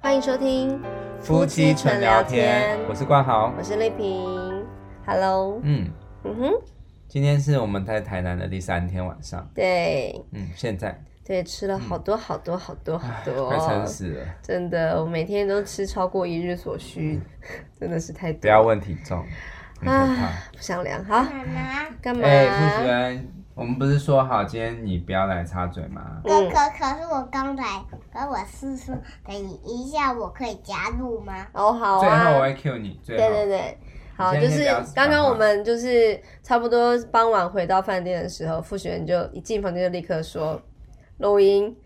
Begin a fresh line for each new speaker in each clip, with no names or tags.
欢迎收听
夫妻纯聊天，我是冠豪
我。是丽萍，Hello，
嗯，
嗯哼，
今天是我们在台南的第三天晚上。
对
嗯，现在
对，吃了好多好多好多好多，
嗯快撑死了，
真的，我每天都吃超过一日所需，真的是太
不
多，
要问体重，嗯很可怕。
不想量好，
妈妈，
干嘛？
哎，傅学恩，我们不是说好今天你不要来插嘴吗？
嗯
哥哥，可是我刚才，可是我是说，等一下我可以加入吗？
哦，好
最后我
啊，
会 Q 你，最
对
后
对对。好，
你
就
先
是
先不要
刚刚
讲话
我们就是差不多傍晚回到饭店的时候，傅学仁就一进房间就立刻说录音，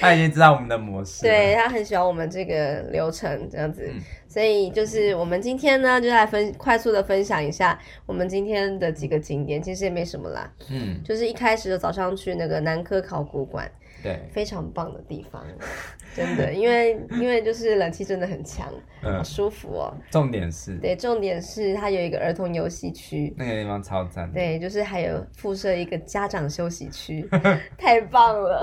他已经知道我们的模式了。
对他很喜欢我们这个流程这样子，
嗯
所以就是我们今天呢，就来分快速的分享一下我们今天的几个景点，其实也没什么啦，
嗯，
就是一开始就早上去那个南科考古馆，
对，
非常棒的地 方，真的，因为因为就是冷气真的很强，好
嗯，
舒服哦。
重点是
对，重点是它有一个儿童游戏区。
那个地方超赞。，
对，就是还有附设一个家长休息区， 太棒了！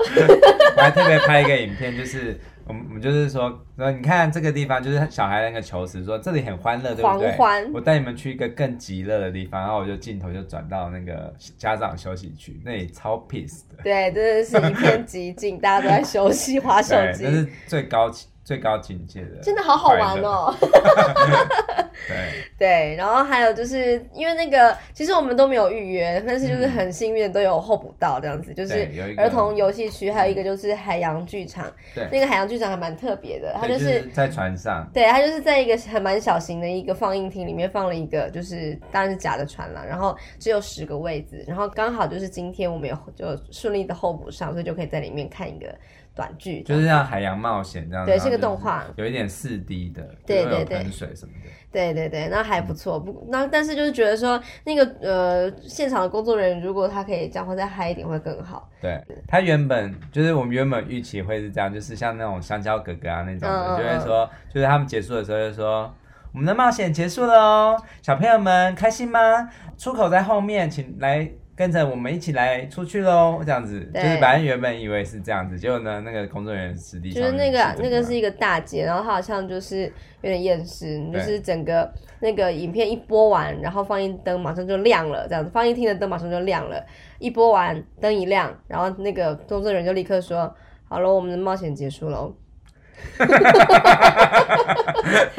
我还特别拍一个影片，就是我们我们就是说，说你看这个地方就是小孩那个球池，说这里很欢乐，对不对？
狂欢
我带你们去一个更极乐的地方，然后我就镜头就转到那个家长休息区，那里超 peace 的，
对，真的是一片寂静，大家都在休息、划手
对，
机，
那是最高最高境界的，
真的好好玩哦。
对，
对，然后还有就是因为那个，其实我们都没有预约，但是就是很幸运都有候补到这样子，就是
对有一个
儿童游戏区，还有一个就是海洋剧场。
对
那个海洋剧场还蛮特别的，它
对
就。
就是在船上，
对，它就是在一个还蛮小型的一个放映厅里面放了一个，就是当然是假的船了，然后只有十个位置，然后刚好就是今天我们有就顺利的候补上，所以就可以在里面看一个短剧，
就是像海洋冒险这样，
对
然后
是个
就是
动画
有一点四 D 的，
对
就是会
对
有
对
喷水什么的，
对对对，那还不错。不，那但是就是觉得说，那个呃，现场的工作人员如果他可以讲话再嗨一点会更好。
对，他原本就是我们原本预期会是这样，就是像那种香蕉哥哥啊那种
嗯嗯
的，就
嗯
会说，就是他们结束的时候就说。我们的冒险结束了哦，小朋友们开心吗？出口在后面，请来跟着我们一起来出去喽，这样子。就
对
是反正原本以为是这样子，结果呢，那个工作人员实际上
就是那个啊
这
那个
样
是一个大姐，然后她好像就是有点厌世，就是整个那个影片一播完，然后放映灯马上就亮了，这样子放映厅的灯马上就亮了，一播完灯一亮，然后那个工作人员就立刻说：“好了，我们的冒险结束了 哦。”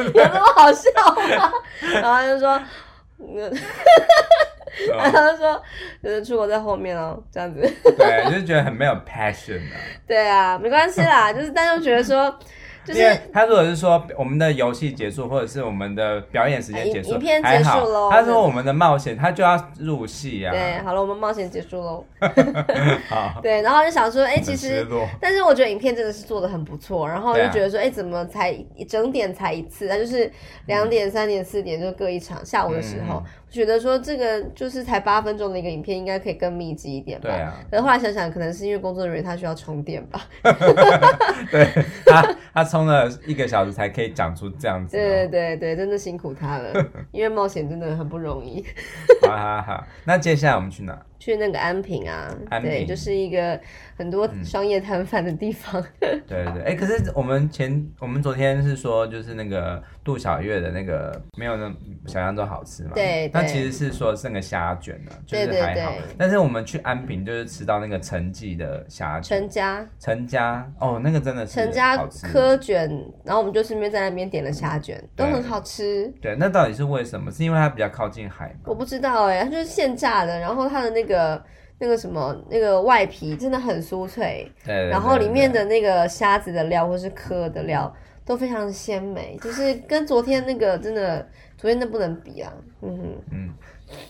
有那么好笑吗？ 然后他就说，嗯
嗯哦
然后他就说，就是出国在后面哦，这样子。
对，就是觉得很没有 passion 啊。
对啊，没关系啦，就是但是我觉得说，就
因
是
为他如果是说我们的游戏结束，或者是我们的表演时间结
哎影
束，
影片
还好
结束咯
他说我们的冒险，他就要入戏啊。
对，好了，我们冒险结束喽。
好，
对，然后就想说，哎、其
很失
实，
落
但是我觉得影片真的是做的很不错，然后就
对啊
觉得说，哎、怎么才一整点才一次？它就是两点、三点、四点就各一场，下午的时候，
嗯
我觉得说这个就是才八分钟的一个影片，应该可以更密集一点吧。
对啊
可是后来想想，可能是因为工作人员他需要充电吧。
对他他充了一个小时才可以讲出这样子、
对对
哦。
对对，真的辛苦他 了，因为冒险真的很不容易。
好好好，那接下来我们去哪？
去那个安平啊，
安
对，
平嗯
就是一个很多商业摊贩的地 方。
对对对，哎、可是我们前我们昨天是说就是那个杜小月的那个没有那想象中好吃嘛？
对对
那其实是说是那个虾卷啊，就
对对
是还好。
对
但是我们去安平就是吃到那个陈记的虾卷。
陈家
陈家哦，那个真的是
陈家
好吃
科卷，然后我们就顺便在那边点了虾卷，都
对
很好吃。
对，那到底是为什么？是因为它比较靠近海吗？
我不知道哎、它就是现炸的，然后它的那个那个什么那个外皮真的很酥脆，
对对对
然后里面
对
的那个虾子的料或是科的料都非常鲜美，就是跟昨天那个真的，昨天那不能比啊，嗯哼。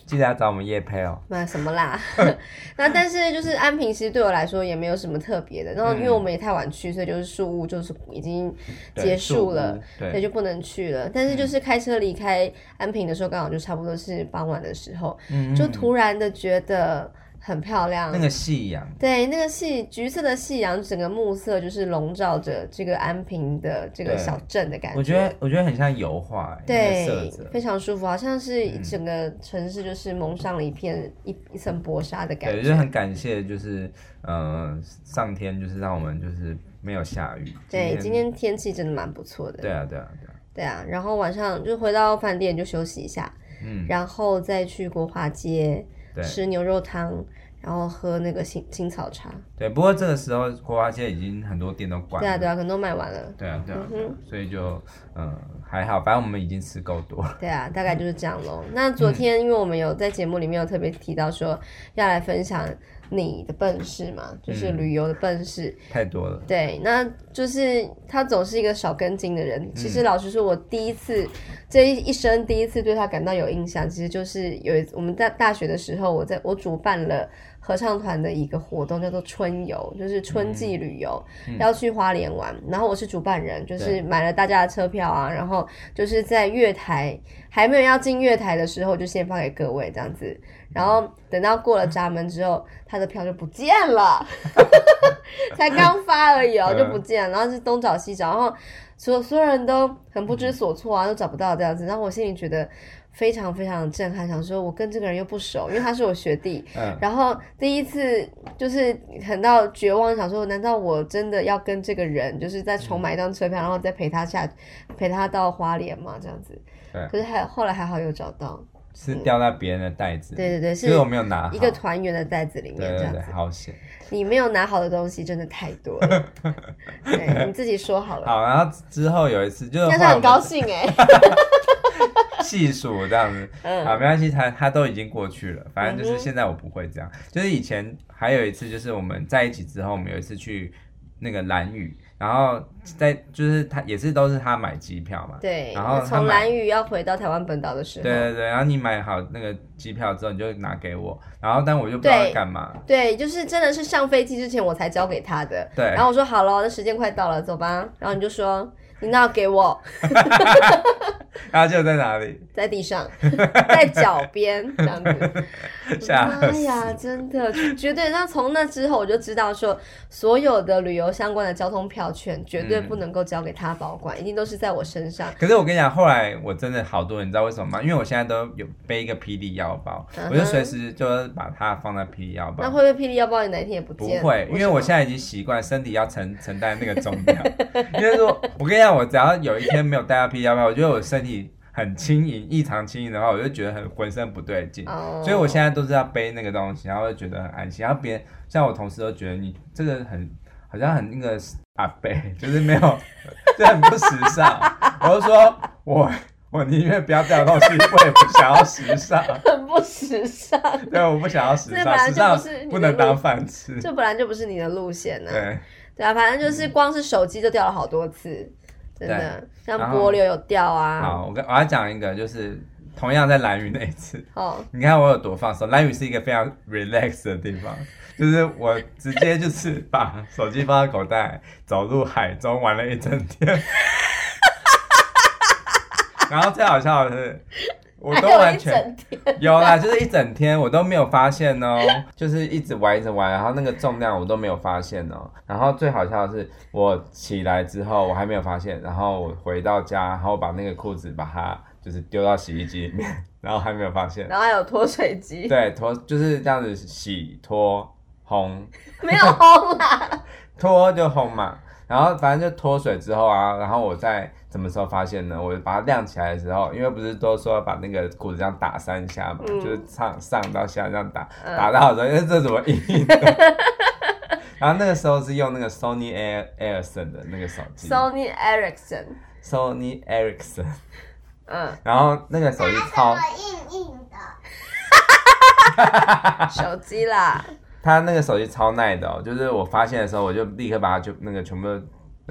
记得要找我们叶配哦。
那什么啦？ 那但是就是安平，其实对我来说也没有什么特别的。然后因为我们也太晚去，所以就是树屋就是已经
嗯对
结
树
束
屋
了，
对嗯
所以就不能去了。但是就是开车离开安平的时候，刚好就差不多是傍晚的时候，
嗯，
就突然的觉得很漂亮。
那个夕阳，
对，那个夕橘色的夕阳，整个暮色就是笼罩着这个安平的这个
对
小镇的感
我觉得我觉得很像油画、欸，那个
对
色，泽，嗯
非常舒服，好像是整个城市就是蒙上了一片一一层薄纱的感
对，
觉。
就是很感谢，就是呃，上天就是让我们就是没有下雨。
对，今天天气真的蛮不错的。
对啊，对啊，对啊，
对啊，然后晚上就回到饭店就休息一下，
嗯，
然后再去国华街
对
吃牛肉汤，然后喝那个青青草茶。
对。不过这个时候国华街已经很多店都关
对
了。
啊，对啊，可能都卖完了。
对啊，对啊，对啊所以就嗯还好，反正我们已经吃够多了。
对啊，大概就是这样喽。那昨天因为我们有在节目里面有特别提到说要来分享你的笨事嘛，就是
嗯
旅游的笨事。
太多了。
对，那就是他总是一个少根筋的人。其实老实说，我第一次这一生第一次对他感到有印象，其实就是有一我们在大学的时候，我在我主办了合唱团的一个活动，叫做春游，就是春季旅游，要去花莲玩。然后我是主办人，就是
对
买了大家的车票啊，然后就是在月台还没有要进月台的时候，就先发给各位这样子。然后等到过了闸门之后，他的票就不见 了。才刚发而已哦，
嗯
就不见了，然后是东找西找，然后所所有人都很不知所
嗯
措啊，都找不到这样子。然后我心里觉得非常非常震撼，想说我跟这个人又不熟，因为他是我学弟，
嗯，
然后第一次就是很到绝望，想说难道我真的要跟这个人就是再
嗯
重买一张车票，然后再陪他下陪他到花莲嘛这样子
对？
可是还后来还好有找到，
是掉在别人的袋子
嗯
里。
对对对，
其实我
是
没有拿啊好
一个团员的袋子里面
对
这
对
样
对，
子。
好险。
你没有拿好的东西真的太多 了，对，你自己说好了。
好，然后之后有一次就是
但是
换我
很
们
高兴 哎、
细数这样子，
嗯
啊，没关系，他他都已经过去了，反正就是现在我不会这样。就是以前还有一次，就是我们在一起之后，我们有一次去那个蓝屿，然后在就是他也是都是他买机票嘛，
对
然后，他
从
买
蓝屿要回到台湾本岛的时候，
对对对，然后你买好那个机票之后，你就拿给我，然后但我就不知道
对
干嘛，
对就是真的是上飞机之前我才交给他的。
对
然后我说好了，那时间快到了，走吧。 然后你就说你那要给我
然后就在哪 里
在地 上，在脚边这样子。
吓
妈
死，
呀，真的绝对！那从那之后我就知道说，所有的旅游相关的交通票券绝对
嗯
不能够交给他保管，一定都是在我身上。
可是我跟你讲，后来我真的好多人，你知道为什么吗？因为我现在都有背一个霹雳腰包，
嗯哼
我就随时就是把它放在霹雳腰包。
那会不会霹雳腰包你哪一天也不
不
见？
会，因为我现在已经习惯身体要承承担那个重 量。因为说，我跟你讲，我只要有一天没有带到霹雳腰包，我觉得我身体很轻盈，异常轻盈的话，我就觉得很浑身不对劲。
哦
所以我现在都是要背那个东西，然后就觉得很安心。然后别人像我同事都觉得你这个很好像很那个阿背， 就是没有，这很不时尚。我就说我我宁愿不要掉东西，我也不想要时尚。
很不时尚，
对，我不想要时
这本
尚，
来
时
就不
尚
是你的
不能
路
当饭吃。
这本来就不是你的路线呢、
对。嗯
对啊，反正就是光是手机就掉了好多次，真的，像
然后
波流有掉啊，
好，我跟我要讲一个，就是同样在蓝屿那一次，
哦，
你看我有多放松。蓝屿是一个非常 relax 的地方，就是我直接就是把手机放在口袋，走入海中玩了一整天。 然后最好笑的是，我
还
都
有一
完全
整天，
有啦，就是一整天我都没有发现哦，就是一直玩一直玩，然后那个重量我都没有发现哦。然后最好笑的是，我起来之后我还没有发现，然后我回到家，然后把那个裤子把它就是丢到洗衣机里面，然后还没有发现。
然后还有脱水机，
对，脱就是这样子洗脱烘
没有轰
嗯
啦，
脱就烘嘛，然后反正就脱水之后啊，然后我在什么时候发现呢？我把它晾起来的时候，因为不是都说要把那个裤子这样打三下嘛，
嗯
就是上上到下这样打，
嗯
打到的时候，哎这怎么 硬的？然后那个时候是用那个 Sony Air Ericsson 的那个手机
Sony Ericsson，
，Sony Ericsson，
嗯，
然后那个手机超，
它怎么硬硬的？
手机 啦，
它那个手机超耐的哦，就是我发现的时候，我就立刻把它就那个全部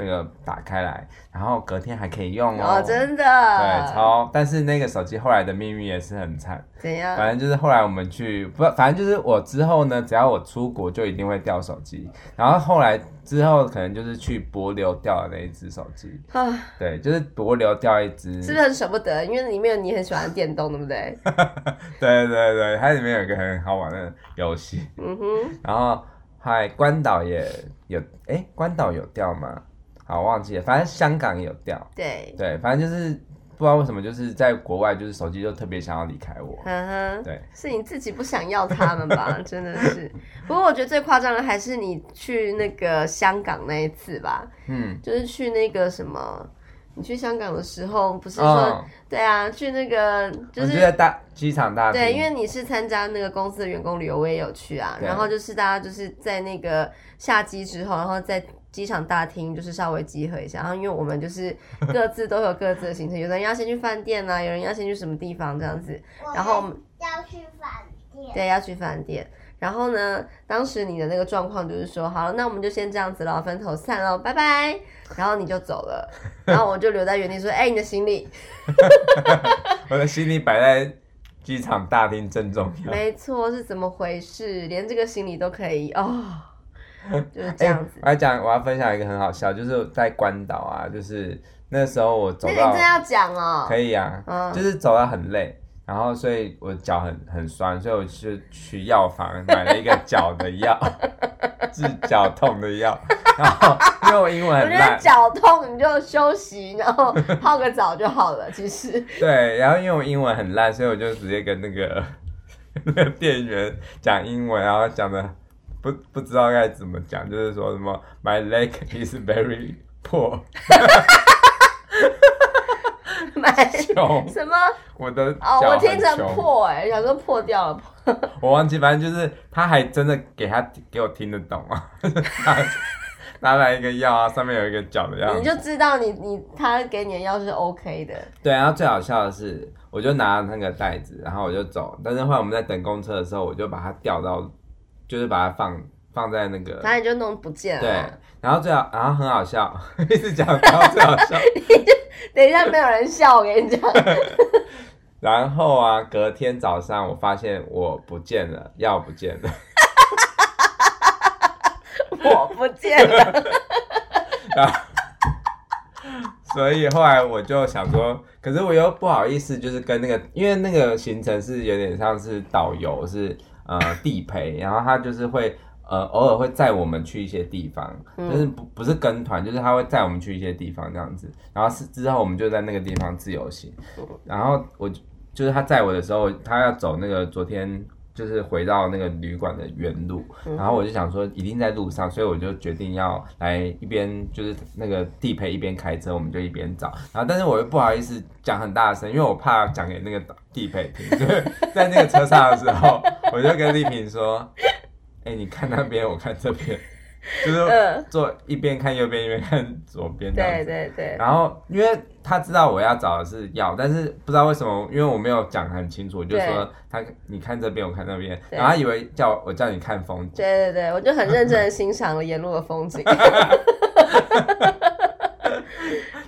那个打开来，然后隔天还可以用哦，
哦，真的，
对，超。但是那个手机后来的命运也是很惨，
怎样？
反正就是后来我们去，不，反正就是我之后呢，只要我出国就一定会掉手机，然后后来之后可能就是去博流掉的那一只手机，
啊，
对，就是博流掉一只，
是不是很舍不得？因为里面有你很喜欢的电动，对不对？
对对对，它里面有一个很好玩的游戏，
嗯哼，
然后还关岛也有，哎，关岛有掉吗？好，忘记了，反正香港也有掉，
对，
对，反正就是不知道为什么，就是在国外，就是手机就特别想要离开我。
嗯哼，
对，
是你自己不想要他们吧？ 真的是。不过我觉得最夸张的还是你去那个香港那一次吧，
嗯，
就是去那个什么，你去香港的时候不是说、
嗯，
对啊，去那个就
我
是
就在大机场大厅，
对，因为你是参加那个公司的员工旅游，我也有去啊。
对
然后就是大家就是在那个下机之后，然后在机场大厅就是稍微集合一下。然后因为我们就是各自都有各自的行程，有的人要先去饭店啊，有人要先去什么地方这样子，然后我们
要去饭店，
对，要去饭店。然后呢，当时你的那个状况就是说，好了，那我们就先这样子了，分头散了，拜拜。然后你就走 了，然后我就留在原地说，哎、你的行李。
我的行李摆在机场大厅正中央。
没错，是怎么回事？连这个行李都可以哦， 就是这
哎
样子。
我要讲，我要分享一个很好笑，就是在关岛啊，就是那时候我走
那你
到
真的要讲哦，
可以啊，
嗯
就是走到很累，然后所以我脚很很酸，所以我去去药房买了一个脚的 药，治脚痛的药。然后因为我英文
我
很
觉得
烂，
脚痛你就休息，然 后泡个澡就好了。其实
对，然后因为我英文很烂，所以我就直接跟那个 那个店员讲英文，然后讲的不不知道该怎么讲，就是说什么 My leg is very poor，
买
穷，
什么
我的
哦，
脚
我
很
听成
穷
破哎、想说破掉了，破
我忘记，反正就是他还真的给他给我听得懂啊， 拿来一个药啊，上面有一个脚的样
你
子。
就知道你你他给你的药是 OK 的。
对，然后最好笑的是，我就拿那个袋子，然后我就走，但是后来我们在等公车的时候，我就把它掉到，就是把它放放在那个
然后你就弄不见
嗯对
了。，
然后最好，然后很好笑， 一直讲到最好笑。
等一下没有人笑，我跟你讲，
然后啊，隔天早上我发现我不见了，药不见了，
我不见了。
所以后来我就想说，可是我又不好意思，就是跟那个，因为那个行程是有点像是导游是呃地陪，然后他就是会呃偶尔会载我们去一些地方，
嗯
就是不不是跟团，就是他会载我们去一些地方这样子，然后是之后我们就在那个地方自由行，然后我就就是他载我的时候，他要走那个昨天。就是回到那个旅馆的原路，然后我就想说一定在路上，所以我就决定要来一边就是那个地陪一边开车，我们就一边找。然后但是我又不好意思讲很大声，因为我怕讲给那个地陪听。 所以在那个车上的时候，我就跟丽萍说：“哎、你看那边，我看这边，就是
嗯，
坐一边看右边，一边看左边这样
对
子。
对对，
然后，因为他知道我要找的是药，但是不知道为什么，因为我没有讲很清楚，我就说他你看这边，我看那边，
对
然后他以为叫我我叫你看风景，
对对对，我就很认真的欣赏了沿路的风 景。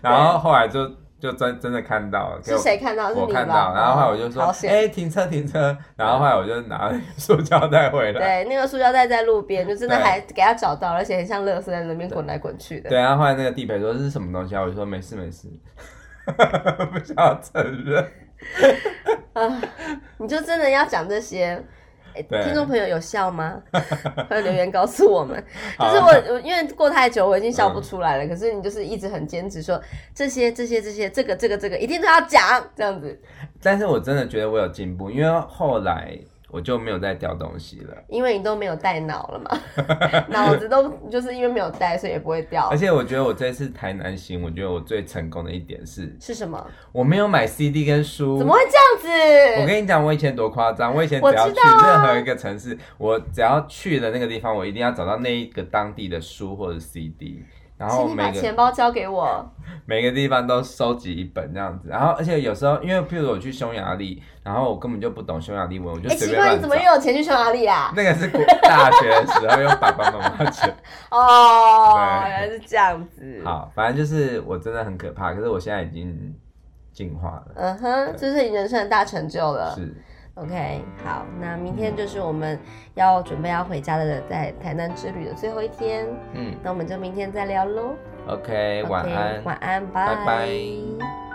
然后后来就就真真的看到了，给
是
我
谁看到？是
我
你吧？哦
看到，然后后来我就说
好，险
哎、停车停车，然后后来我就拿了塑胶袋回来，
对，那个塑胶袋在路边，就真的
对
还给他找到，而且很像垃圾在那边滚来滚去的。
对，然后后来那个地陪说这是什么东西啊，我就说没事没事， 不想要承认，
你就真的要讲这些。诶
对
听众朋友有笑 吗？快留言告诉我们。就
好嗯
是我，我因为过太久，我已经笑不出来了。可是你就是一直很坚持说这些、这些、这些、这个、这个、这个，一定都要讲这样子。
但是我真的觉得我有进步，因为后来我就没有再掉东西了。
因为你都没有带脑了嘛，脑子都就是因为没有带，所以也不会掉
而。且我觉得我这次台南行，我觉得我最成功的一点是，
是什么？
我没有买 CD 跟书。
怎么会这
我
样子？
跟你讲，我以前多夸张！我以前
我
只要
知
去
道啊
任何一个城市，我只要去的那个地方，我一定要找到那一个当地的书或者 CD，然后
请你把
每个
钱包交给我。
每个地方都收集一本这样子。然后，而且有时候，因为譬如我去匈牙利，然后我根本就不懂匈牙利文，我就
哎、
随
奇
便
怪，你
乱
怎
找
么。又有钱去匈牙利啊？
那个是国大学的时候用爸爸妈妈钱。
哦，
对
原来是这样子。
好，反正就是我真的很可怕，可是我现在已经进化了。
嗯哼，这是你人生的大成就了。
是，
OK，好，那明天就是我们要准备要回家的在台南之旅的最后一天，
嗯
那我们就明天再聊喽。
哎，OK，晚
OK，
安。
晚安，
拜拜
拜